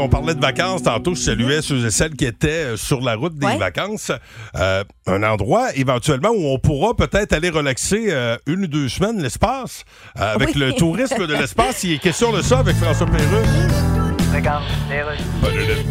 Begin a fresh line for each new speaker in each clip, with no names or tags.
On parlait de vacances tantôt, je saluais ceux et celles qui étaient euh, sur la route des
Ouais.
vacances. Euh, un endroit éventuellement où on pourra peut-être aller relaxer euh, une ou deux semaines l'espace. Euh, avec
Oui.
le tourisme de l'espace, il est question de ça avec François Pérus.
Regarde, les rues.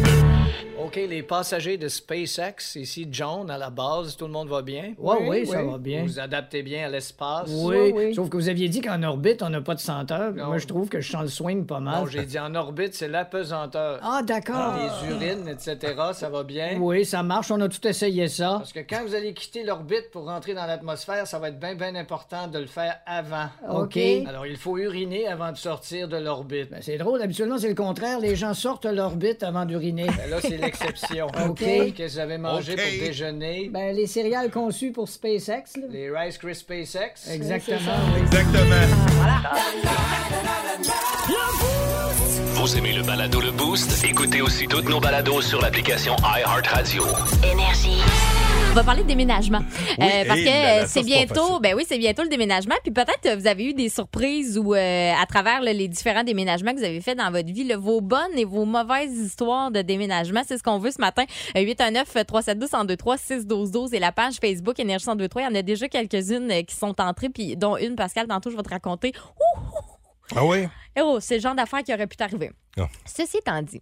OK, les passagers de SpaceX, ici John à la base, tout le monde va bien?
Ouais, oui, ça va bien.
Vous adaptez bien à l'espace?
Oui, sauf que vous aviez dit qu'en orbite, on n'a pas de senteur. Moi, je trouve que je sens le swing pas mal.
Non, j'ai dit en orbite, c'est l'apesanteur.
Ah, d'accord.
Les urines, etc., ça va bien?
Oui, ça marche, on a tout essayé ça.
Parce que quand vous allez quitter l'orbite pour rentrer dans l'atmosphère, ça va être bien, bien important de le faire avant.
OK.
Alors, il faut uriner avant de sortir de l'orbite.
Mmh. Ben, c'est drôle, habituellement, c'est le contraire. Les gens sortent de l'orbite avant d'uriner.
Ben là, c'est l'exception.
OK.
Qu'est-ce que vous avez mangé
OK.
pour déjeuner?
ben, les céréales conçues pour SpaceX, là.
Les Rice Krispies Sex?
Exactement, oui.
Exactement.
Vous aimez le balado le boost? Écoutez aussi toutes nos balados sur l'application iHeartRadio.
Énergie.
On va parler de déménagement.
Oui,
Euh, parce
et
que
là, là,
euh,
ça,
c'est
c'est pas
bientôt,
facile.
ben oui, c'est bientôt le déménagement. Puis peut-être euh, vous avez eu des surprises ou euh, à travers là, les différents déménagements que vous avez faits dans votre vie, là, vos bonnes et vos mauvaises histoires de déménagement. C'est ce qu'on veut ce matin. Euh, 819 372 1023 612 12 et la page Facebook Énergie 1023. Il y en a déjà quelques-unes euh, qui sont entrées, puis dont une, Pascal, tantôt, je vais te raconter. Ouh!
Ah oui?
Eh Oh, c'est le genre d'affaire qui aurait pu t'arriver.
Ah.
Ceci étant dit,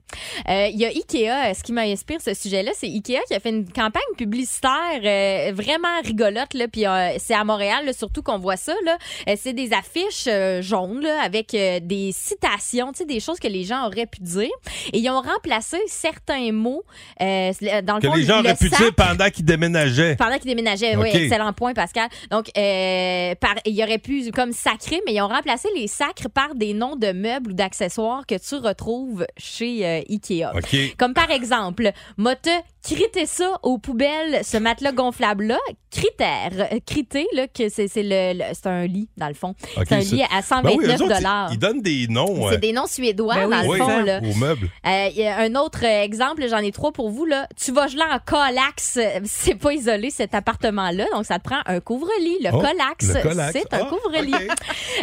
euh, il y a Ikea, euh, ce qui m'inspire ce sujet-là, c'est Ikea qui a fait une campagne publicitaire euh, vraiment rigolote. Là, puis euh, c'est à Montréal, là, surtout qu'on voit ça. Là. Euh, c'est des affiches euh, jaunes là, avec euh, des citations, tu sais, des choses que les gens auraient pu dire. Et ils ont remplacé certains mots euh, dans le
Que
fond,
les gens
le
auraient pu
sac-
dire pendant qu'ils déménageaient.
pendant qu'il déménageait, oui,
Ok.
excellent point, Pascal. Donc, euh, par, il y aurait pu, comme sacré, mais ils ont remplacé les sacres par des noms de meubles ou d'accessoires que tu retrouves chez euh, Ikea.
OK.
Comme par exemple, Motte, critez ça aux poubelles, ce matelas gonflable-là. Critère, euh, crité, là, que c'est c'est le, le- c'est un lit, dans le fond.
OK,
c'est un
c'est-
lit à
Ben oui, eux
129
autres, ils- ils donnent des noms
C'est des noms suédois,
Ben oui,
dans le
c'est
fond,
ça.
là.
euh, aux meubles.
Euh, il y a un autre euh, exemple, j'en ai trois pour vous. Là. Tu vas geler en colax. Euh, C'est pas isolé, cet appartement-là. Donc, ça te prend un couvre-lit. Le
Oh,
colax,
le Colax.
c'est un
Ah,
couvre-lit.
OK.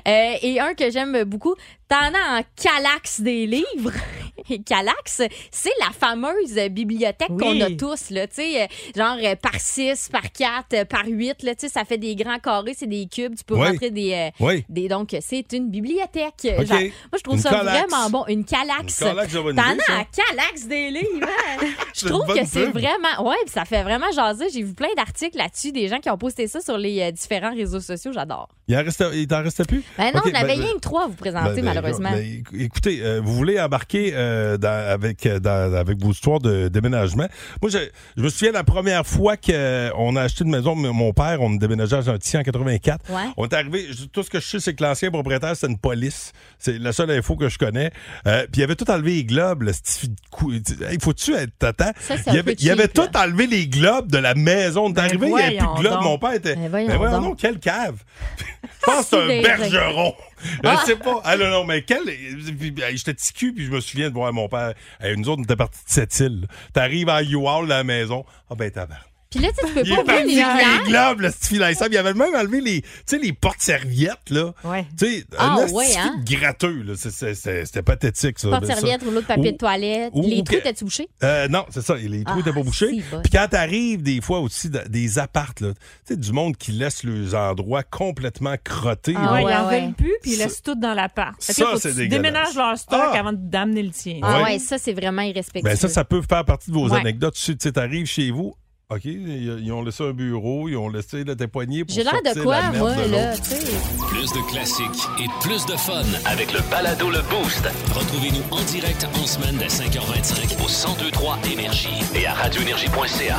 Euh, et un que j'aime beaucoup, t'en as en calax des livres. Et calax, c'est la fameuse euh, bibliothèque
Oui.
qu'on a tous, là, tu sais, euh, genre euh, par 6, par 4, par 8, là, tu sais, ça fait des grands carrés, c'est des cubes, tu peux
Oui.
rentrer des, euh,
Oui.
des... Donc, c'est une bibliothèque. Genre, moi, je trouve
Une
ça
Calax.
vraiment bon, une calax.
Une Calax, j'avais une
T'en
idée, ça.
as un calax des livres. hein? Je
C'est une
trouve
bonne
que c'est
pub.
vraiment. Ouais, puis ça fait vraiment jaser. J'ai vu plein d'articles là-dessus, des gens qui ont posté ça sur les euh, différents réseaux sociaux. J'adore.
Il en restait- il t'en restait plus?
Ben non,
Ok,
on avait
ben,
rien que trois à vous présenter,
Ben, ben,
malheureusement.
ben, éc- écoutez, euh, vous voulez embarquer euh, dans- avec, euh, dans- avec vos histoires de déménagement. Moi, je, je me souviens la première fois qu'on a acheté une maison, m- mon père, on déménageait à Gentilly en 84.
Ouais.
On est arrivé, je- tout ce que je sais, c'est que l'ancien propriétaire, c'est une police. C'est la seule info que je connais. Euh, Puis il avait tout enlevé les globes. le stif- cou- hey, faut-tu être tata?
Ça, c'est
Il
un
avait,
peu
il avait
cheap,
tout
là.
enlevé les globes de la maison. On est arrivé, il n'y avait plus de
voyons
globes.
donc.
Mon père était.
Ben,
Mais
voyons
voyons
donc.
donc, quelle cave! Je pense que c'est un
Sidéré.
bergeron. Je sais pas. Ah non, non, mais quel. puis, hey, J'étais petit cul, puis je me souviens de voir mon père. Hey, nous autres, on était partis de cette île. T'arrives à YouHaul, la maison. Ah ben, tabarnak.
Puis là, tu sais, tu
Il est
peux pas
parti Ah,
ouvrir les
avec les
lumières.
globes, le style Lysab. Il avait même enlevé les, tu sais, les portes-serviettes, là.
Ouais.
Tu sais,
Ah,
un esti
ouais, hein?
de gratteux, là. C'est- c'est- c'est- C'était pathétique, ça.
Porte
Ben, ça.
serviette, rouleau de papier
Ou-
de toilette.
ou- ou
les trous,
que-
t'as-tu bouché?
Euh, non, c'est ça. Les trous
Ah,
étaient pas bouchés.
c'est bon.
Puis quand t'arrives des fois aussi dans des appartes, là, tu sais, du monde qui laisse leurs endroits complètement crottés.
Ah
là.
Ouais, ils en
ouais.
veulent plus, puis ils
Ça-
laissent tout dans l'appart. Fait que
ça,
là, faut que
c'est
tu
dégueulasse.
déménages leur stock
Ah.
avant d'amener le tien.
Ah
Ouais.
ouais, ça, c'est vraiment irrespectueux.
Ben ça, ça peut faire partie de vos
Ouais.
anecdotes. Tu sais, t'arrives chez vous, OK, ils ils ont laissé un bureau, ils ont laissé là, tes poignées pour
J'ai l'air
sortir
de quoi,
la merde
moi,
de
là,
l'autre.
tu sais?
Plus de classiques et plus de fun.
Avec le balado le boost
Retrouvez-nous en direct en semaine dès 5h25.
au 1023 énergie et à radioénergie.ca.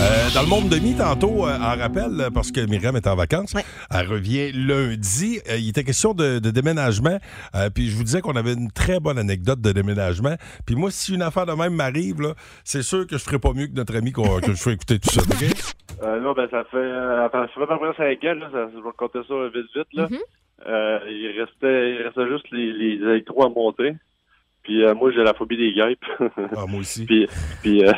Euh, dans le monde de mi, tantôt, euh, en rappel, euh, parce que Myriam est en vacances, elle revient lundi. Euh, il était question de, de déménagement. Euh, puis je vous disais qu'on avait une très bonne anecdote de déménagement. Puis moi, si une affaire de même m'arrive, là, c'est sûr que je ferai pas mieux que notre ami qu'on- que je fais écouter tout ça. OK?
ben,
Euh, non, ben ça fait, euh, ça fait à peu près cinq ans, là, ça, je vais raconter ça vite, vite. Là. Euh, Il
restait, il restait juste les, les électros à monter. Puis euh, moi, j'ai la phobie des guêpes.
Ah, moi aussi.
puis puis euh,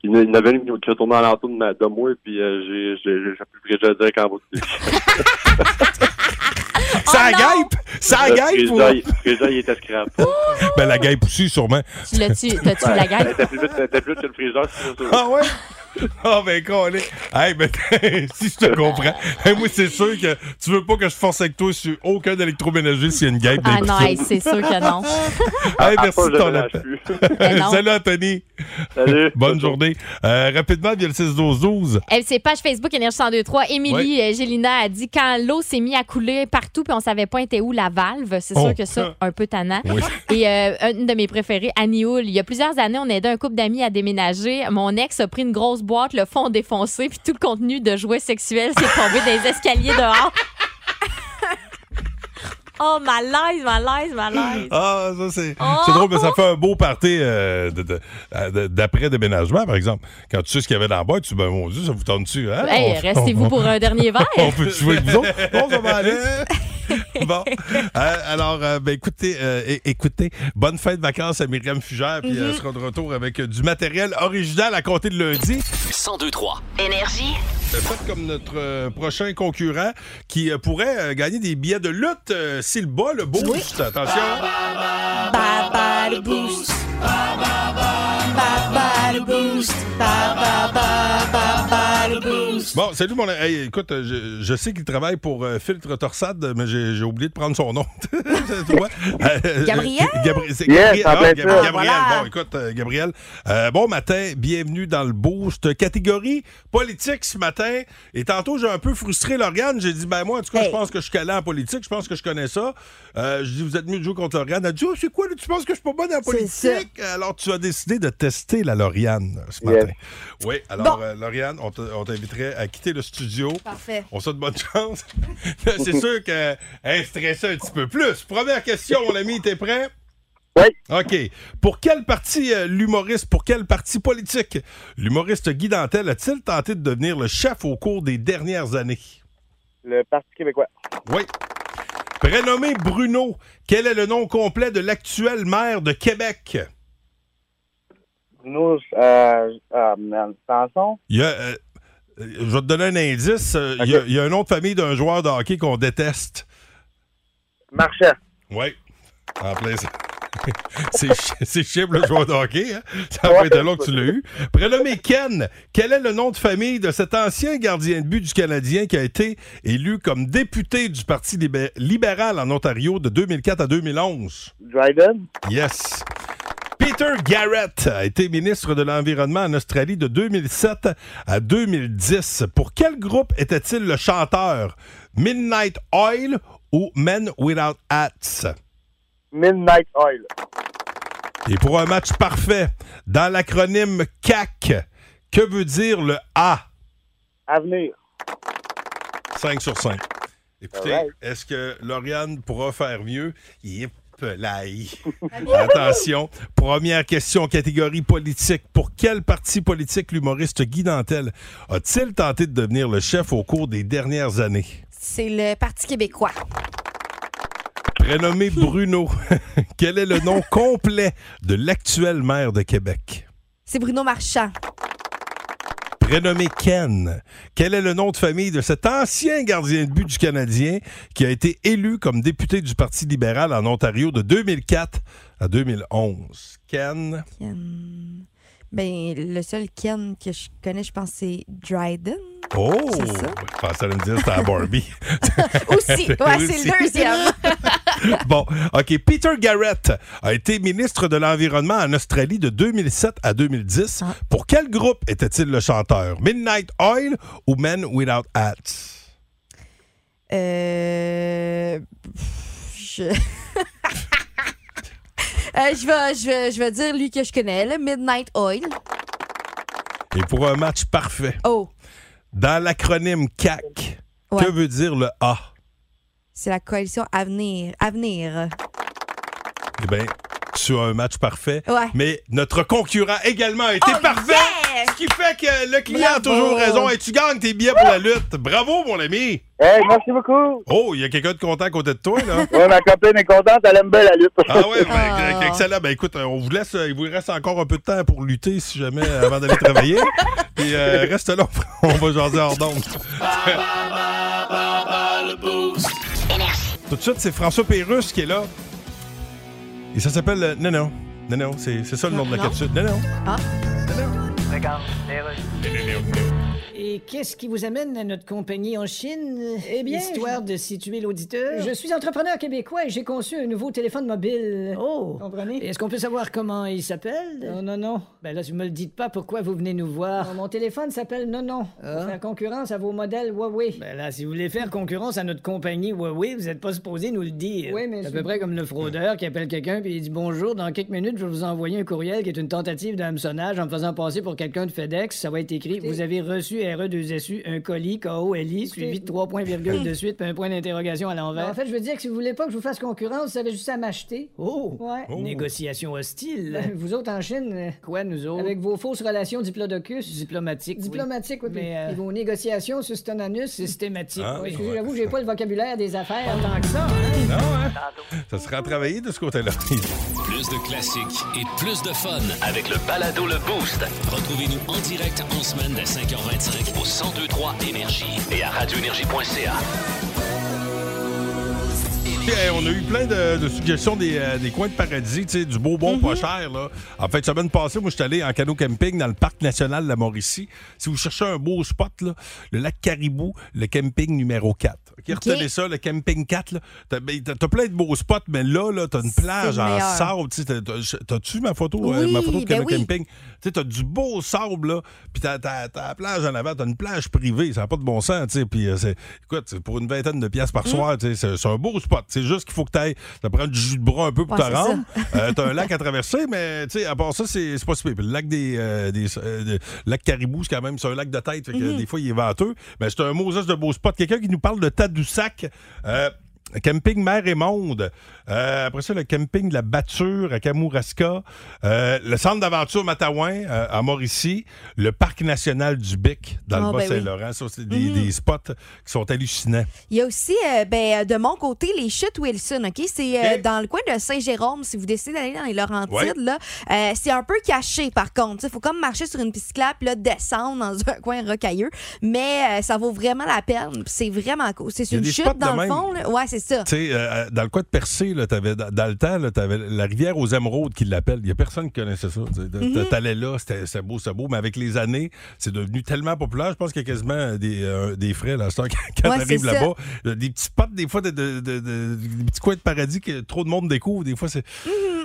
il y en avait une qui a tourné à l'entour de, ma- de moi, puis euh, j'ai- j'ai j'ai plus que j'ai dire qu'en bas de
Ça
Oh non!
guêpe! Ça Ah, guêpe! ou-
Frisa, il était scrap.
Ben, la guêpe aussi, sûrement.
Tu l'as-tu? T'as-tu
Ben,
la
Elle
gueule?
était plus vite elle était plus vite que le friseur, c'est sûr.
Ah ouais? Ah ben con, Hey, ben, si je te comprends. Hey, moi, c'est sûr que tu veux pas que je force avec toi sur aucun électroménager s'il y a une guêpe dans
Ah
les
non,
piscines.
hey, c'est sûr que non.
Hey,
À
merci
force,
de
je
ton
ne lâche
appel.
plus.
Ben non.
Salut, Anthony.
Salut.
Bonne journée. Euh, rapidement, via le 6-12-12.
Elle, c'est page Facebook Énergie 1023. Émilie euh, Gélina a dit quand l'eau s'est mise à couler partout puis on savait pas était où la valve. C'est
Oh.
sûr que ça, un peu tannant.
Oui.
Et euh, une de mes préférées, Annie Hull. Il y a plusieurs années, on aidait un couple d'amis à déménager. Mon ex a pris une grosse boîte, le fond défoncé, puis tout le contenu de jouets sexuels s'est tombé des escaliers dehors. oh, malaise, malaise, malaise.
Ah, ça, c'est
Oh!
c'est drôle, mais ça fait un beau party euh, de- de- euh, de- d'après-déménagement, par exemple. Quand tu sais ce qu'il y avait dans la boîte, tu dis, ben, mon Dieu, ça vous tente dessus, hein?
Hey,
On-
restez-vous
on-
pour un dernier verre.
On peut jouer avec vous autres? Bon, ça va aller. Bon. Euh, alors, euh, ben, écoutez, euh, é- écoutez, bonne fin de vacances à Myriam Fugère, puis elle sera de retour avec euh, du matériel original à compter de lundi.
1023.
Énergie.
Euh, Faites comme notre euh, prochain concurrent qui euh, pourrait euh, gagner des billets de lutte euh, s'il bat le boost. Attention. bah,
Bah, bah,
Bon, salut mon. Hey, écoute, euh, je, je sais qu'il travaille pour euh, Filtre Torsade, mais j'ai j'ai oublié de prendre son nom. Tu vois? Euh,
Gabriel?
euh, Gabri- c'est
Yes,
Gabriel.
en plein
Ah, Gab-
ça.
Gabriel.
Voilà.
Bon, écoute, euh, Gabriel. euh, bon matin, bienvenue dans le boost. Catégorie politique ce matin. Et tantôt, j'ai un peu frustré Lauriane. J'ai dit, ben moi, en tout cas, je
Hey.
pense que je suis calé en politique. Je pense que je connais ça. Euh, je dis, vous êtes mieux de jouer contre Lauriane. Elle dit, oh, c'est quoi, là, tu penses que je suis pas bonne en politique? Alors, tu as décidé de tester la Lauriane ce
Yes.
matin. Oui, alors, euh, Lauriane, on te- on t'inviterait à quitter le studio.
Parfait.
On souhaite bonne chance. C'est sûr qu'elle est stressée un petit peu plus. Première question, mon ami, t'es prêt?
Oui.
OK. Pour quel parti euh, l'humoriste, pour quel parti politique l'humoriste Guy Dantel a-t-il tenté de devenir le chef au cours des dernières années?
Le Parti québécois.
Oui. Prénommé Bruno, quel est le nom complet de l'actuel maire de Québec?
Bruno, euh, euh, Sanson.
Il y a, euh, euh, je vais te donner un indice. euh, Il, y a, il y a un nom de famille d'un joueur de hockey qu'on déteste.
Marchand.
Oui. En plein ça. C'est chi- c'est chiable le joueur de hockey. hein? Ça a pas été long que tu l'as eu. Prénommé Ken, quel est le nom de famille de cet ancien gardien de but du Canadien qui a été élu comme député du Parti libé- libéral en Ontario de 2004 à 2011?
Dryden.
Yes. Peter Garrett a été ministre de l'Environnement en Australie de 2007 à 2010. Pour quel groupe était-il le chanteur? Midnight Oil ou Men Without Hats?
Midnight Oil.
Et pour un match parfait, dans l'acronyme CAC, que veut dire le A?
Avenir.
5 sur 5. Écoutez,
Alright.
est-ce que Lauriane pourra faire mieux? Yip, laï. Attention. Première question, catégorie politique. Pour quel parti politique l'humoriste Guy Dantel a-t-il tenté de devenir le chef au cours des dernières années?
C'est le Parti québécois.
Prénommé Bruno, quel est le nom complet de l'actuel maire de Québec?
C'est Bruno Marchand.
Prénommé Ken, quel est le nom de famille de cet ancien gardien de but du Canadien qui a été élu comme député du Parti libéral en Ontario de 2004 à 2011? Ken,
Ken. Ben, le seul Ken que je connais, je pense, c'est Dryden.
oh!
C'est ça.
Je pensais me dire c'était à Barbie.
Aussi. Ouais, c'est
Aussi.
le deuxième.
bon, OK. Peter Garrett a été ministre de l'Environnement en Australie de 2007 à 2010.
Ah.
Pour quel groupe était-il le chanteur? Midnight Oil ou Men Without Hats?
Euh. pff, Je. Euh, je, vais, je, vais, je vais dire lui que je connais, là, Midnight Oil.
Et pour un match parfait,
Oh,
dans l'acronyme CAC,
Ouais.
que veut dire le A?
c'est la coalition Avenir. Avenir.
Eh bien, tu as un match parfait.
Ouais.
Mais notre concurrent également a été
Oh,
parfait.
yeah!
Ce qui fait que le client a
Bravo.
toujours raison et tu gagnes tes billets pour la lutte. Bravo, mon ami.
Hey, merci beaucoup.
Oh, il y a quelqu'un de content à côté de toi, là.
Ouais, ma copine est contente, elle aime bien la lutte.
Ah ouais, ben, excellent. Ben écoute, euh, on vous laisse, euh, il vous reste encore un peu de temps pour lutter si jamais euh, avant d'aller travailler. Puis euh, reste là, on va jaser hors d'onde. Tout de suite, c'est François Pérusse qui est là. Et ça s'appelle euh, Non, non. Non, non, c'est c'est ça le nom de la
Non.
capsule. Non, non.
Regarde, les rues.
Et qu'est-ce qui vous amène à notre compagnie en Chine? Eh bien. Histoire de situer l'auditeur. Je suis entrepreneur québécois et j'ai conçu un nouveau téléphone mobile. Oh! Comprenez? Est-ce qu'on peut savoir comment il s'appelle? Non, non, non. Ben là, vous me le dites pas pourquoi vous venez nous voir. mon téléphone s'appelle Non, non. Faire concurrence à vos modèles Huawei. Ben là, si vous voulez faire concurrence à notre compagnie Huawei, vous n'êtes pas supposé nous le dire. Oui, mais. C'est à peu près comme le fraudeur qui appelle quelqu'un puis il dit bonjour, dans quelques minutes, je vais vous envoyer un courriel qui est une tentative de hameçonnage en me faisant passer pour quelqu'un de FedEx. Ça va être écrit Vous avez reçu E RE2SU un colis KOLI suivi de trois points virgule de suite puis un point d'interrogation à l'envers.
En fait, je veux dire que si vous voulez pas que je vous fasse concurrence, vous avez juste à m'acheter.
Oh!
Ouais.
Négociation hostile.
Ben, vous autres en Chine, euh,
Quoi, nous autres?
avec vos fausses relations diplodocus,
Diplomatique. oui.
diplomatiques, oui, puis-
Mais, euh,
puis vos négociations sur Stonanus,
Systématique.
Ah,
Parce
oui.
que J'avoue, j'ai pas le vocabulaire des affaires.
Tant que ça, hein?
Non, hein? Ça sera travaillé de ce côté-là.
Plus de classiques et plus de fun.
Avec le balado Le Boost
Retrouvez-nous en direct en semaine dès 5h25
au 1023 Énergie et à radioénergie.ca.
Hey, on a eu plein de, de suggestions des, euh, des coins de paradis, tu sais, du beau bon
Mhm.
pas cher. Là. En fait, semaine passée, moi, je suis allé en canot camping dans le parc national de la Mauricie. Si vous cherchez un beau spot, là, le lac Caribou, le camping numéro 4. OK, Retenez ça, le camping 4. là. T'as ben, t'as- t'as plein de beaux spots, mais là, là t'as une plage
le
en
meilleur.
sable. tu sais, t'as- t'as- T'as-tu ma photo, euh,
Oui,
ma photo de
ben
canot
oui.
camping? Tu sais, T'as du beau sable, là, puis t'as t'as- t'as la plage en avant, t'as une plage privée, ça n'a pas de bon sens. tu sais, Puis, euh, c'est- écoute, c'est pour une vingtaine de piastres
Mm.
par soir, tu sais, c'est c'est un beau spot. C'est juste qu'il faut que t'ailles, ça prend du jus de bras un peu pour
Ouais,
te
c'est ça.
rendre. Euh, t'as un lac à traverser, mais tu sais, à part ça, c'est c'est pas si pire. Puis Le lac des, euh, des- euh, de- lac Caribou, c'est quand même c'est un lac de tête, fait que
Mm-hmm.
des fois, il est venteux. Mais c'est un Moses de beau spot. Quelqu'un qui nous parle de Tadoussac. euh, Camping Mer et Monde. Euh, après ça, le camping de la Batture à Kamouraska. Euh, le centre d'aventure Matawan euh, à Mauricie. Le parc national du Bec dans
Ah,
le
ben oui. Mhm.
Bas-Saint-Laurent. Ça, c'est des, des spots qui sont hallucinants.
Il y a aussi, euh, ben, euh, de mon côté, les chutes Wilson, OK? C'est euh,
OK.
dans le coin de Saint-Jérôme, si vous décidez d'aller dans les Laurentides,
Ouais.
là. Euh, c'est un peu caché, par contre. Il faut comme marcher sur une piste cyclable, puis là, descendre dans un coin rocailleux. Mais euh, ça vaut vraiment la peine. puis C'est vraiment cool. C'est
y a
sur une
des spots
chute,
de
dans le
même.
fond, là. Ouais, c'est ça.
Tu sais, euh, dans le coin de Percé, là, t'avais- dans, dans le temps, là, t'avais la rivière aux émeraudes qui l'appelle. Il n'y a personne qui connaissait ça. tu sais. T'a-
Mhm.
T'allais là, c'était c'était beau, c'était beau. Mais avec les années, c'est devenu tellement populaire. Je pense qu'il y a quasiment des, euh, des frais là, à cette heure, quand
Ouais,
t'arrives
c'est ça.
là-bas. Euh, Des petits spots, des fois, de, de- de- de- des petits coins de paradis que trop de monde découvre. Des fois, c'est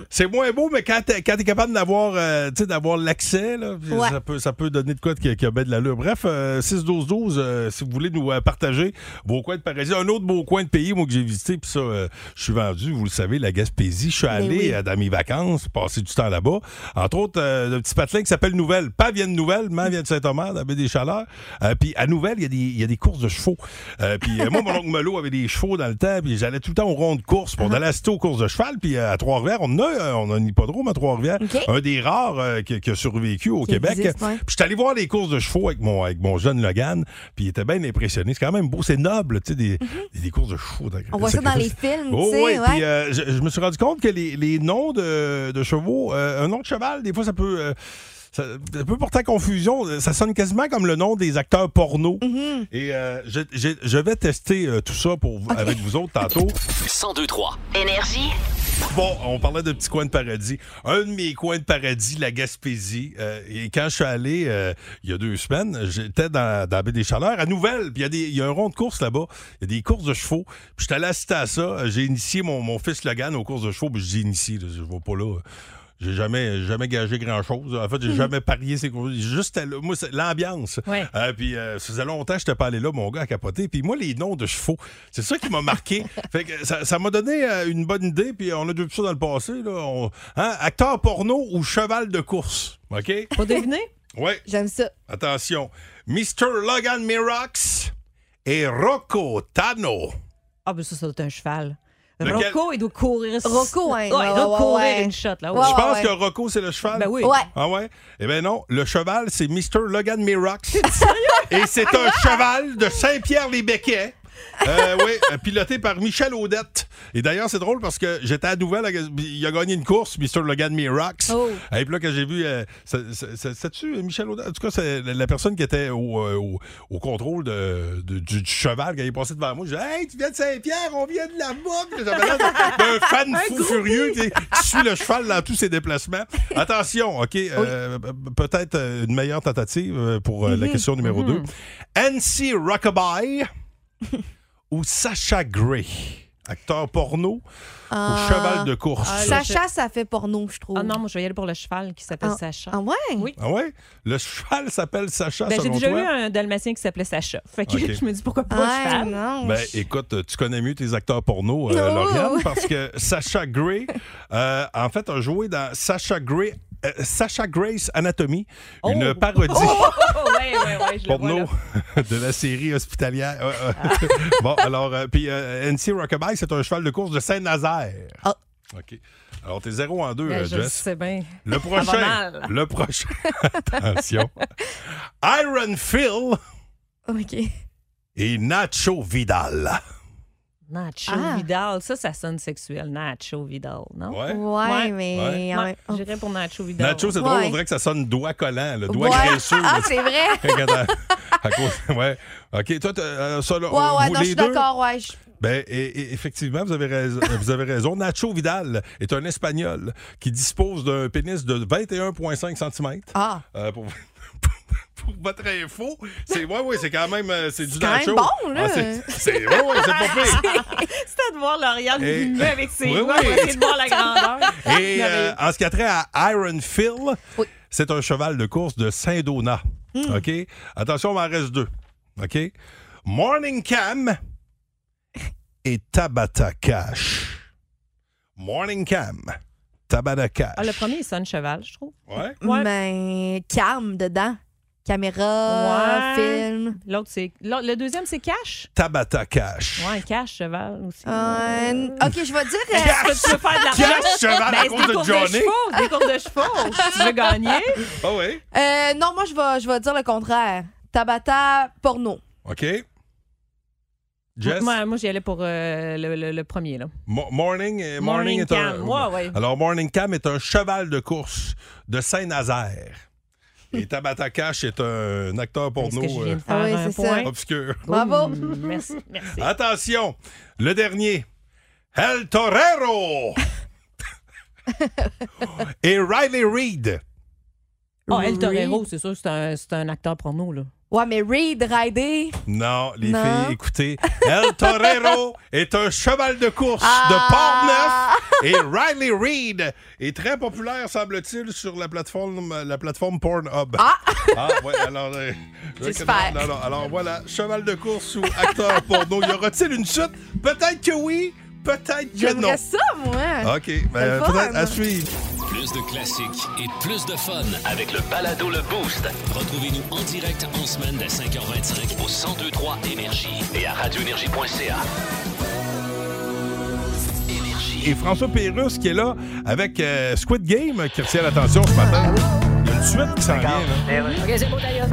c'est moins beau, mais quand t'es quand t'es capable d'avoir euh, tu sais, d'avoir l'accès, là, puis
Ouais.
ça, peut, ça peut donner de quoi qui, qui a bien de l'allure. Bref, euh, 6-12-12, euh, si vous voulez nous euh, partager vos coins de paradis. Un autre beau coin de pays, moi, que j'ai visité, puis ça, euh, je suis vendu, vous le savez, la Gaspésie. Je suis allé
Ben oui.
euh, dans mes vacances, passer du temps là-bas. Entre autres, euh, le petit patelin qui s'appelle Nouvelle. Pas vient de Nouvelle, mais vient de Saint-Omer, dans la baie des Chaleurs. Euh, puis à Nouvelle, il y, a des- il y a des courses de chevaux. Euh, puis euh, moi, mon oncle Melo avait des chevaux dans le temps, puis j'allais tout le temps au rond de course.
Uh-huh.
Puis on allait assister aux courses de cheval, puis euh, à Trois-Rivières, on en a, euh, on a un hippodrome à Trois-Rivières.
OK.
Un des rares euh, qui, qui a survécu au
Qui
Québec.
existe, ouais.
Puis je suis allé voir les courses de chevaux avec mon, avec mon jeune Logan, puis il était bien impressionné. C'est quand même beau, c'est noble, tu sais, des,
Mm-hmm.
des courses de chevaux.
On voit ça dans les films,
Oh,
tu sais.
oui,
ouais.
puis euh, je, je me suis rendu compte que les, les noms de, de chevaux, euh, un nom de cheval, des fois, ça peut. euh, ça, ça peut porter à confusion. Ça sonne quasiment comme le nom des acteurs porno.
Mhm.
Et euh, je, je- je vais tester euh, tout ça pour, vous- avec vous autres tantôt.
1023
Énergie.
Bon, on parlait de petits coins de paradis. Un de mes coins de paradis, la Gaspésie. Euh, et quand je suis allé euh, il y a deux semaines, j'étais dans, dans la baie des Chaleurs, à Nouvelle. Puis il y a des- il y, a un rond de course là-bas. Il y a des courses de chevaux. Puis je suis allé assister à ça. Euh, J'ai initié mon, mon fils Logan aux courses de chevaux. Puis je dis initié, là, je ne vais pas là. J'ai jamais, jamais gagé grand-chose. En fait, j'ai jamais parié ces courses. Juste à- moi, c'est l'ambiance.
Ouais.
Euh, puis euh, ça faisait longtemps que je n'étais pas allé là, mon gars a capoté. Puis moi, les noms de chevaux, c'est ça qui m'a marqué. fait que ça ça m'a donné euh, une bonne idée, puis on a déjà vu ça dans le passé. Là, On- hein, acteur porno ou cheval de course. OK?
Pas deviner?
Ouais,
J'aime ça.
attention. Mr. Logan Mirox et Rocco Tano.
Ah, ben ça, ça doit être un cheval.
Lequel?
Rocco, il doit courir.
Rocco,
Ouais,
hein, ouais,
il doit
ouais,
courir
ouais.
une shot, là.
Ouais,
Je pense
ouais.
que Rocco, c'est le cheval.
Ben oui.
Ouais.
Ah ouais? Eh bien non, le cheval, c'est Mr. Logan Mirox. Et c'est un cheval de Saint-Pierre-les-Béquets. Euh, oui, euh, piloté par Michel Audette. Et d'ailleurs, c'est drôle parce que j'étais à Nouvelle, il a gagné une course, Mr. Logan Mirax.
Oh.
Et puis là, quand j'ai vu, euh, c'est- c'est- c'est- c'est-tu euh, Michel Audette? En tout cas, c'est la- la personne qui était au, euh, au- au contrôle de- de- du, du cheval, quand il est passé devant moi, j'ai dit Hey, tu viens de Saint-Pierre, on vient de la bas J'avais l'air d'un d'un fan
Un
fou
groupie.
furieux qui, qui suit le cheval dans tous ses déplacements. Attention, OK, euh, peut-être euh, une meilleure tentative euh, pour euh, la
Mhm.
question numéro
Mhm.
2. Nancy Rockabye ou Sacha Gray, acteur porno
Ah.
ou cheval de course.
Ah,
Sacha, ça fait porno, je trouve. Ah non,
moi, je vais y aller pour le cheval qui s'appelle
Sacha. Ah ouais? Oui.
Ah ouais? Le cheval s'appelle Sacha,
Ben, j'ai
selon
déjà
toi?
eu un dalmatien qui s'appelait Sacha. Fait que
Ok.
je me dis pourquoi pas
Ah,
le cheval.
Ben, écoute, tu connais mieux tes acteurs porno, euh,
Non.
Lauriane, parce que Sacha Gray, euh, en fait, a joué dans Sacha Gray. euh, Sacha Grace Anatomy, une parodie
ouais, ouais, ouais, je Oh. le Ah. vois,
porno
là.
de la série hospitalière. Ouais, ouais. bon, alors, euh, puis euh, NC Rockabye, c'est un cheval de course de Saint-Nazaire. OK. Alors, t'es 0 en 2,
Ah. Ben, je
Jess.
sais bien.
Le
Ça va
prochain.
mal.
Le prochain. Attention. Iron Phil
OK.
et Nacho Vidal.
Nacho
Ah.
Vidal, ça, ça sonne sexuel. Nacho Vidal, non?
Ouais.
Ouais, mais-
Ouais.
ouais.
J'irais pour Nacho Vidal.
Nacho, c'est drôle,
Ouais.
on dirait que ça sonne doigt collant, le doigt
Ouais.
graisseux.
Ah,
là.
c'est vrai.
Quand t'as- à cause- ouais. OK, toi, t'as- euh, ça, là,
Ouais, ouais,
vous les
non, je suis
deux,
d'accord, ouais. je-
Ben, et- et effectivement, vous avez, raison, euh, vous avez raison. Nacho Vidal est un Espagnol qui dispose d'un pénis de 21,5 cm.
Ah.
Euh, pour, pour votre info, c'est ouais, ouais, c'est quand même euh, c'est du
quand
Nacho.
même bon, là.
Ah, c'est- c'est ouais, ouais, c'est pas pire.
C'est à de voir Lauriane
Et-
qui met avec ses
Oui,
doigts.
oui.
C'est de voir la grandeur.
Hein?
Et euh, en ce qui a trait à Iron Phil, c'est un cheval de course de Saint-Donat.
Hmm.
OK? Attention, on en reste deux. OK? Morning Cam et Tabata Cash. Morning Cam, Tabata Cash.
Ah, le premier, il sonne cheval, je trouve.
Ouais.
Ben, cam dedans. Caméra,
Ouais.
film.
L'autre, c'est. l'autre- Le deuxième, c'est cash.
Tabata Cash.
Ouais, cash, cheval aussi.
Euh, OK, je vais dire. euh,
Est-ce que tu veux faire de la
Cash,
cheval à
Ben,
cause
c'est des
de
courses
Johnny.
chevaux, Des courses de chevaux. tu veux gagner.
Ah oui?
Euh, non, moi, je vais, je vais dire le contraire. Tabata porno.
OK? Jess?
Moi, moi j'y allais pour euh, le, le- le premier, là.
Mo- morning, euh, morning,
Morning
est un-
Cam, ouais, ouais.
Alors, Morning Cam est un cheval de course de Saint-Nazaire. Et Tabata Cash est un acteur porno
que je viens de
euh,
faire Ah oui, un c'est ça. point?
obscur.
Bravo.
Merci. merci.
Attention, le dernier. El Torero et Riley Reid.
Ah, El Torero, c'est sûr, que c'est un, c'est un acteur porno, là.
Ouais, mais Reed, Ridey.
Non, les
Non.
filles, écoutez. El Torero est un cheval de course
Ah!
de Portneuf et Riley Reid est très populaire, semble-t-il, sur la plateforme, la plateforme Pornhub. Ah! ouais, alors. euh,
C'est
euh,
super.
non, non, alors voilà, cheval de course ou acteur porno. Y aura-t-il une chute? Peut-être que oui, peut-être que non.
J'aimerais ça, moi.
OK, ben, peut-être à suivre.
Plus de classiques et plus de fun avec le balado Le Boost. Retrouvez-nous en direct en semaine dès 5h25 au 1023 Énergie et à radioénergie.ca.
Et François Pérusse qui est là avec euh, Squid Game qui retient l'attention ce matin. Il y a une suite qui s'en vient. là.
OK, c'est beau, d'ailleurs.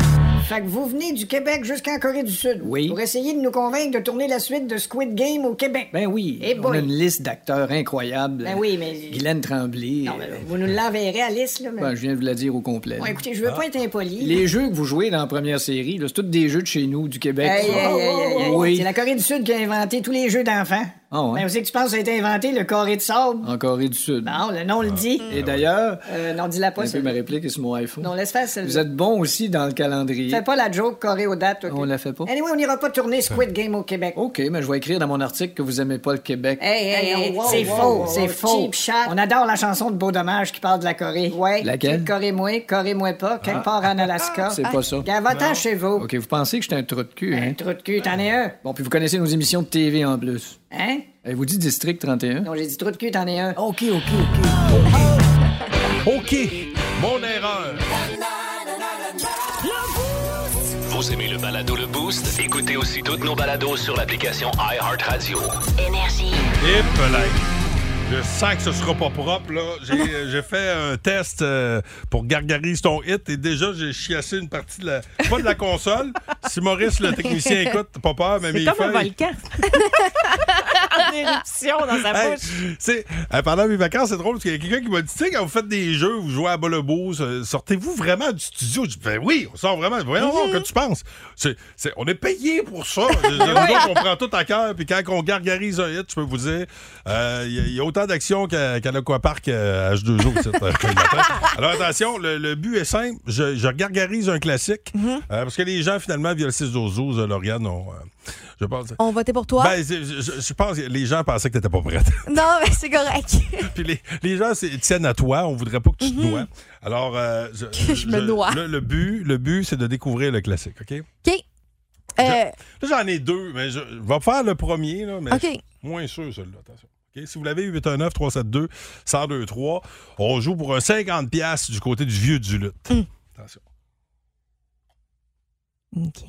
Fait que vous venez du Québec jusqu'en Corée du Sud.
Oui.
Pour essayer de nous convaincre de tourner la suite de Squid Game au Québec.
Ben oui,
Eh
on a
boy.
une liste d'acteurs incroyables.
Ben oui, mais-
Guylaine Tremblay. euh,
Vous nous l'enverrez à Alice, là. mais-
ben, je viens de vous la dire au complet. là.
Ouais, écoutez, je veux
Ah.
pas être impoli.
Les jeux que vous jouez dans la première série, là, c'est tous des jeux de chez nous, du Québec.
Hey,
ça.
hey, hey, hey, hey.
Oui.
C'est la Corée du Sud qui a inventé tous les jeux d'enfants.
Ah ouais?
Ben, vous savez que tu penses que ça a été inventé, le carré de sable?
En Corée du Sud.
Non, le nom le dit.
Ah. Et d'ailleurs,
Euh, non, dis-la pas.
un peu
celle-là.
ma réplique est sur mon iPhone.
Non, laisse faire celle-là.
vous êtes bon aussi dans le calendrier.
Fais pas la joke carré aux dates. OK?
On la fait pas.
Anyway, on n'ira pas tourner Squid Game au Québec.
OK, mais je vais écrire dans mon article que vous aimez pas le Québec.
Hey, hey, hey,
wow,
c'est
wow,
faux,
wow,
c'est
cheap
faux. On adore la chanson de Beau Dommage qui parle de la Corée. Ouais.
Laquelle?
Tu te Corée moins, Corée moins pas, quelque
Ah.
part en Alaska.
C'est pas ça.
Gars, va-t'en chez vous.
OK, vous pensez que j'étais un trou de cul, hein?
Un trou de cul, t'en es un.
Bon, puis vous connaissez nos émissions de TV en plus.
Hein?
Elle vous dit District 31?
Non, j'ai dit trou de cul, t'en es un.
OK, OK, OK.
OK, mon erreur.
Vous aimez le balado Le Boost? Écoutez aussi toutes nos balados sur l'application iHeartRadio.
Hip, là. Je sens que ce sera pas propre, là. J'ai euh, j'ai fait un test euh, pour gargarise ton hit et déjà, j'ai chiassé une partie de la. Pas de la console. Si Maurice, le technicien, écoute, pas peur, mais
C'est
mes
comme un
feuilles-
volcan. en éruption dans sa
Hey,
bouche.
tu sais, euh, pendant mes vacances, c'est drôle parce qu'il y a quelqu'un qui m'a dit, tu sais, quand vous faites des jeux, vous jouez à bas le beau, euh, sortez-vous vraiment du studio. Je dis, ben oui, on sort vraiment. Voyons voir, que tu penses. C'est- c'est- on est payé pour ça. Je- je- nous autres, on prend tout à cœur. Puis quand on gargarise un hit, je peux vous dire, euh, il y, a- il y a autant d'actions qu'à qu'à l'Aquapark euh, H2O. tu sais, euh, le matin. Alors attention, le, le but est simple. Je, je gargarise un classique euh, parce que les gens, finalement, via le 6-12-12, euh, Lauriane, on, euh, je pense.
On votait pour toi?
Ben, c'est- je, je- je pense que les gens pensaient que t'étais pas prête.
Non, mais c'est correct. Mm-hmm.
Puis les, les gens c'est- tiennent à toi, on voudrait pas que tu te dois. Alors, euh, je,
je me dois.
Le, le but, le but c'est de découvrir le classique, OK?
OK. Euh,
Là, j'en ai deux, mais je, je vais faire le premier, là, mais
OK.
je suis moins sûr, celui-là. Attention. OK? Si vous l'avez, 819-372-1023, on joue pour un 50$ piastres du côté du vieux du lutte.
Mm.
Attention.
OK.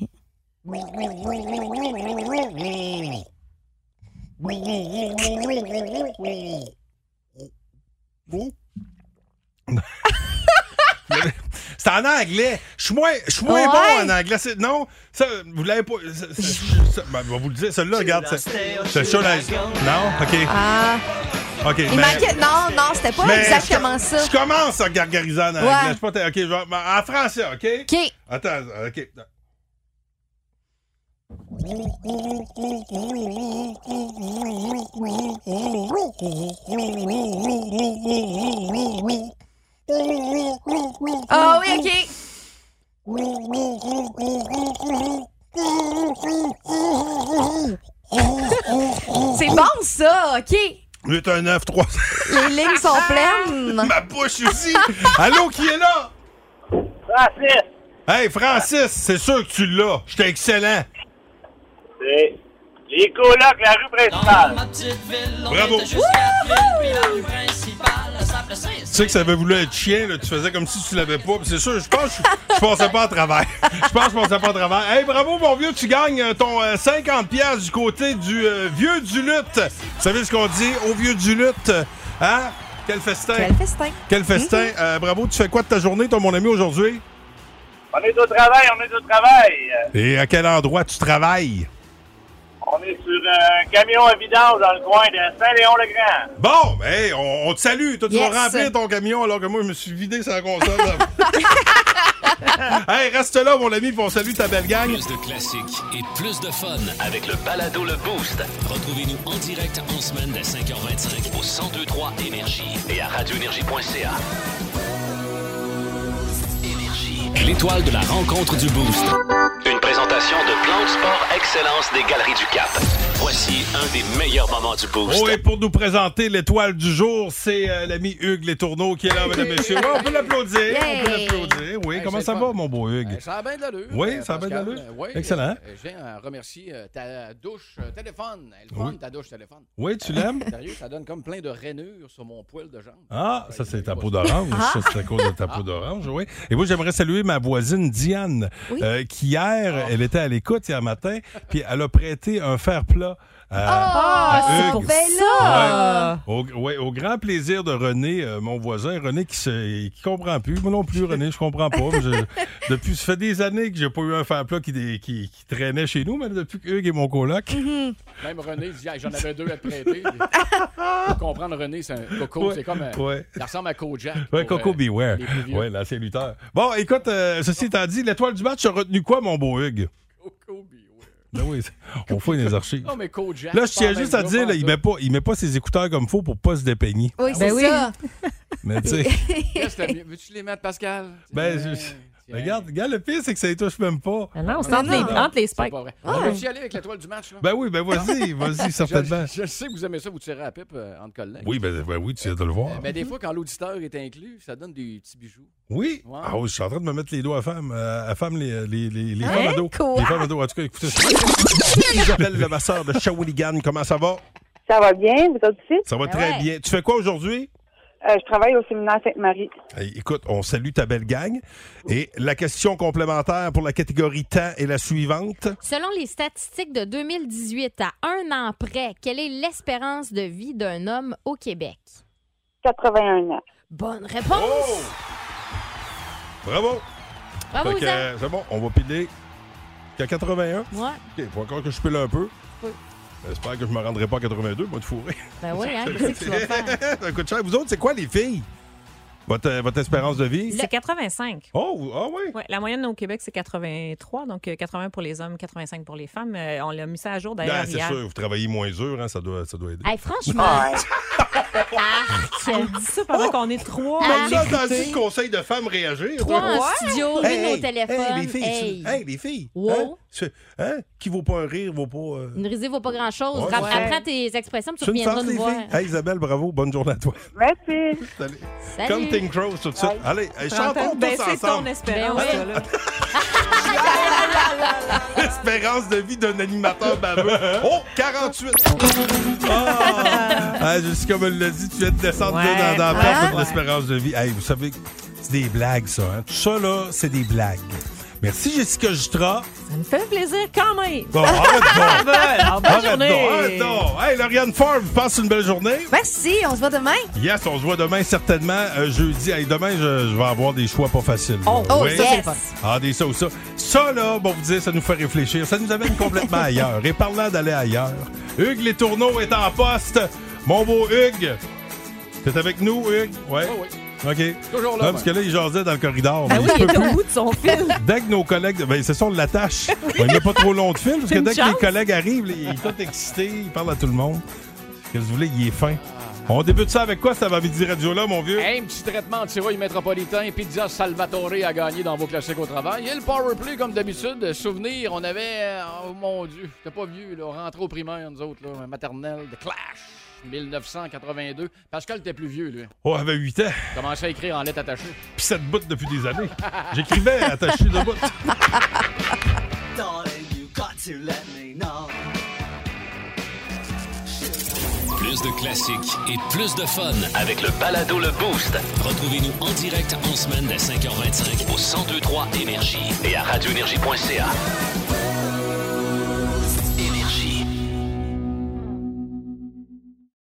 C'est en anglais. Je suis moins, je suis moins
Ouais.
bon en anglais. C'est- Non, ça, vous l'avez pas. ça- ça- ça- ben, je vais vous le dire, celui-là, regarde. c'est- C'est ça, là. Non? OK.
Ah.
OK.
Il manquait. Non, non, c'était pas
mais
exactement
je,
ça.
Je commence à gargariser en anglais.
Ouais.
Je suis pas ta- OK, je vais- en français, OK?
OK.
Attends, OK. Oh,
Ah oui,
ok. C'est bon, ça. OK.
819 3
Les lignes sont
Ah!
pleines.
Ma bouche aussi. Allô, qui est là?
Francis!
Hey, Francis, c'est sûr que tu l'as. J'étais excellent.
C'est les colocs, la rue principale.
Bravo. Tu sais que ça avait voulu être chien, là. tu faisais comme si tu l'avais pas. Puis C'est sûr, je pense que je- je passais pas à travers. Je pense que je passais pas à travers. Hey, bravo, mon vieux, tu gagnes euh, ton euh, 50$ piastres du côté du euh, vieux du lutte. Vous savez ce qu'on dit au vieux du lutte? euh, Hein? Quel festin!
Quel festin! Mm-hmm.
Quel festin! Euh, bravo, tu fais quoi de ta journée, toi, mon ami, aujourd'hui?
On est au travail, on est au travail. Euh,
Et à quel endroit tu travailles?
On est sur un camion à vidange dans le coin de Saint-Léon-le-Grand.
Bon, ben, hey, on, on te salue. Toi, tu
Yes.
vas remplir ton camion alors que moi, je me suis vidé sur la console. hey, reste là, mon ami, puis on salue ta belle gang.
Plus de classiques et plus de fun avec le balado Le Boost. Retrouvez-nous en direct en semaine dès 5h25 au 1023 Énergie et à radioénergie.ca. L'étoile de la rencontre du Boost.
Une présentation de Plan de Sport Excellence des Galeries du Cap. Voici un des meilleurs moments du Boost.
Oh, et pour nous présenter l'étoile du jour, c'est euh, l'ami Hugues Les Tourneaux qui est là, mesdames et messieurs. Ouais, on peut l'applaudir. On peut
Yay.
l'applaudir. Oui,
Hey,
comment
c'est
ça
le
va,
fun.
mon beau Hugues?
Euh, Ça a bien de l'allure.
Oui,
euh,
ça a bien de
Pascal.
l'allure.
Euh, oui,
Excellent.
euh, J'ai à remercier euh, ta douche euh, téléphone. Elle est
Oui.
fun, ta douche téléphone.
Oui, tu
Euh,
l'aimes?
Sérieux, ça donne comme plein de rainures sur mon poil de jambe. Ben,
Ah, ça, c'est ta peau d'orange. Ça, c'est à cause de
Ah.
ta peau d'orange, oui. Et moi, j'aimerais saluer ma voisine Diane, euh, qui hier,
Ah.
elle était à l'écoute hier matin, puis elle a prêté un euh, fer-plat à,
Ah,
à
c'est
Hugues.
pour
ben
ça!
Ouais. Au, ouais, au grand plaisir de René, euh, mon voisin, René qui se, qui comprend plus. Moi non plus, René, je comprends pas. Mais je- depuis, ça fait des années que j'ai pas eu un fer-plat qui, dé- qui, qui traînait chez nous, mais depuis que Hugues est mon coloc.
Même René dit Ah, j'en avais deux à te prêter. Pour comprendre, René, c'est un coco.
Ouais,
C'est comme. euh,
ouais.
Il ressemble à Kojak.
Ouais,
pour,
Coco
euh,
Beware.
les plus vieux.
Ouais, l'ancien lutteur. Bon, écoute, euh, ceci étant dit, l'étoile du match a retenu quoi, mon beau Hugues? Ben oui, c'est- on fouille les archives.
Non, mais Kojak.
Là, je
pas
tiens
en
juste
même
à
gars,
dire,
pas
là,
en
il
deux.
met pas, il met pas ses écouteurs comme faut pour pas se dépeigner.
Oui, c'est
oui.
ça.
Mais tu sais,
Yes, t'as mis- Veux-tu les mettre, Pascal?
ben, je- regarde, regarde, le pire, c'est que ça les touche même pas.
non,
c'est entre les- entre
les
C'est pas vrai. On
Ouais.
peut-tu y aller avec l'étoile du match? Là?
Ben oui, ben vas-y, vas-y, certainement.
Je, je sais que vous aimez ça, vous tirez à la pipe euh, entre collègues.
Oui, ben, ben oui, tu viens de le voir.
Euh, Mais des fois, quand l'auditeur est inclus, ça donne des petits bijoux.
Oui.
Ouais.
Ah oui, je suis en train de me mettre les doigts à femme, euh, à femme les, les, les, les
Hein?
femmes à dos.
Quoi?
Les femmes à dos. En tout cas, écoutez. J'appelle le masseur de Shawinigan. Comment ça va?
Ça va bien, vous autres aussi?
Ben
Ça va très bien. Tu fais quoi aujourd'hui?
Euh, je travaille au séminaire Sainte-Marie.
Hey, Écoute, on salue ta belle gang. Et la question complémentaire pour la catégorie temps est la suivante.
Selon les statistiques de 2018, à un an près, quelle est l'espérance de vie d'un homme au Québec?
81 ans.
Bonne réponse!
Bravo!
Ah,
Bravo,
Oh! Fait que,
Zach.
euh, C'est bon, on va piler qu'à 81.
Ouais.
OK, faut encore que je pile un peu.
Oui.
J'espère que je me rendrai pas à 82, moi, de fourré.
Ben oui, hein, qu'est-ce que tu vas faire?
Ça coûte cher. Vous autres, c'est quoi, les filles? Votre, euh, votre espérance de vie?
C'est 85.
Oh, ah oui?
Ouais, la moyenne au Québec, c'est 83, donc euh, 80 pour les hommes, 85 pour les femmes. Euh, on l'a mis ça à jour d'ailleurs
Ben, c'est
hier.
sûr, vous travaillez moins dur, hein, ça, doit, ça doit aider.
Hey, franchement. Elle dit ça pendant qu'on est trois.
Comme ça,
à
dans
l'écouter.
le conseil de femmes réagir.
Trois
Ouais.
en studio,
Hey,
une au
hey,
téléphone,
Hey, les filles,
hey.
c'est- hey, les filles.
Wow.
hein, c'est- hein, qui vaut pas un rire, vaut pas. euh,
Une risée vaut pas grand-chose.
Ouais,
Ra-
ouais.
Apprends tes expressions, puis
C'est
tu
une
reviendras
farce,
nous
les
voir.
filles. Hey, Isabelle, bravo, bonne journée à toi.
Merci.
Salut.
Salut.
Comme Tim Crow, tout de suite.
Bye.
Allez, hey, chantons tous
Baisser Ben, ton
ensemble.
espérance.
Ben oui.
là, là.
Espérance de vie d'un animateur baveux. Oh, 48! Ah, Ah, juste comme elle l'a dit, tu viens de descendre
Ouais,
dans, dans
ouais.
la place votre
Ouais.
espérance de vie. Hey, vous savez, c'est des blagues, ça. hein. Tout ça, là, c'est des blagues. Merci, Jessica Jutra.
Ça me fait plaisir quand même.
Bon, arrête
Ah,
donc.
Alors, bonne
Arrête
journée.
donc, arrête donc. Ah, Hey, Lauriane Favre, passe une belle journée.
Merci, on se voit demain.
Yes, on se voit demain certainement. euh, jeudi, Hey, demain, je, je vais avoir des choix pas faciles.
Oh, oh,
Oui.
ça, c'est le fun.
Ah, des ça ou ça. Ça, là, bon, vous dire, ça nous fait réfléchir. Ça nous amène complètement ailleurs. Et parlant d'aller ailleurs, Hugues Les Tourneaux est en poste. Mon beau Hugues, t'es avec nous, Hugues? Ouais. OK.
Oh Toujours là, ben.
Ah, parce que là, il jasait dans le corridor.
Ah
mais
oui,
il
il
peut
est
plus.
au bout de son fil.
Dès que nos collègues. Ben, c'est ça, on l'attache. Ben, Il n'y a pas trop long de fil, parce que
Une
dès que les
chance.
collègues arrivent, il est tout excité, il parle à tout le monde. Qu'est-ce que vous voulez, il est fin. On débute ça avec quoi, ça va midi radio-là, mon vieux?
Hey, un petit traitement de sirop métropolitain, pizza Salvatore à gagner dans vos classiques au travail. Et le power play, comme d'habitude. Souvenir, on avait. Oh mon Dieu, j'étais pas vieux, là. Rentré au primaire, nous autres, là. Maternelle, de Clash, 1982. Pascal était plus vieux, lui.
Oh, avait 8 ans.
Commençait à écrire en lettres attachées.
Puis ça te botte depuis des années. J'écrivais attaché de bout.
Plus de classiques et plus de fun avec le balado Le Boost. Retrouvez-nous en direct en semaine dès 5h25 au 1023 Énergie
et à radioénergie.ca.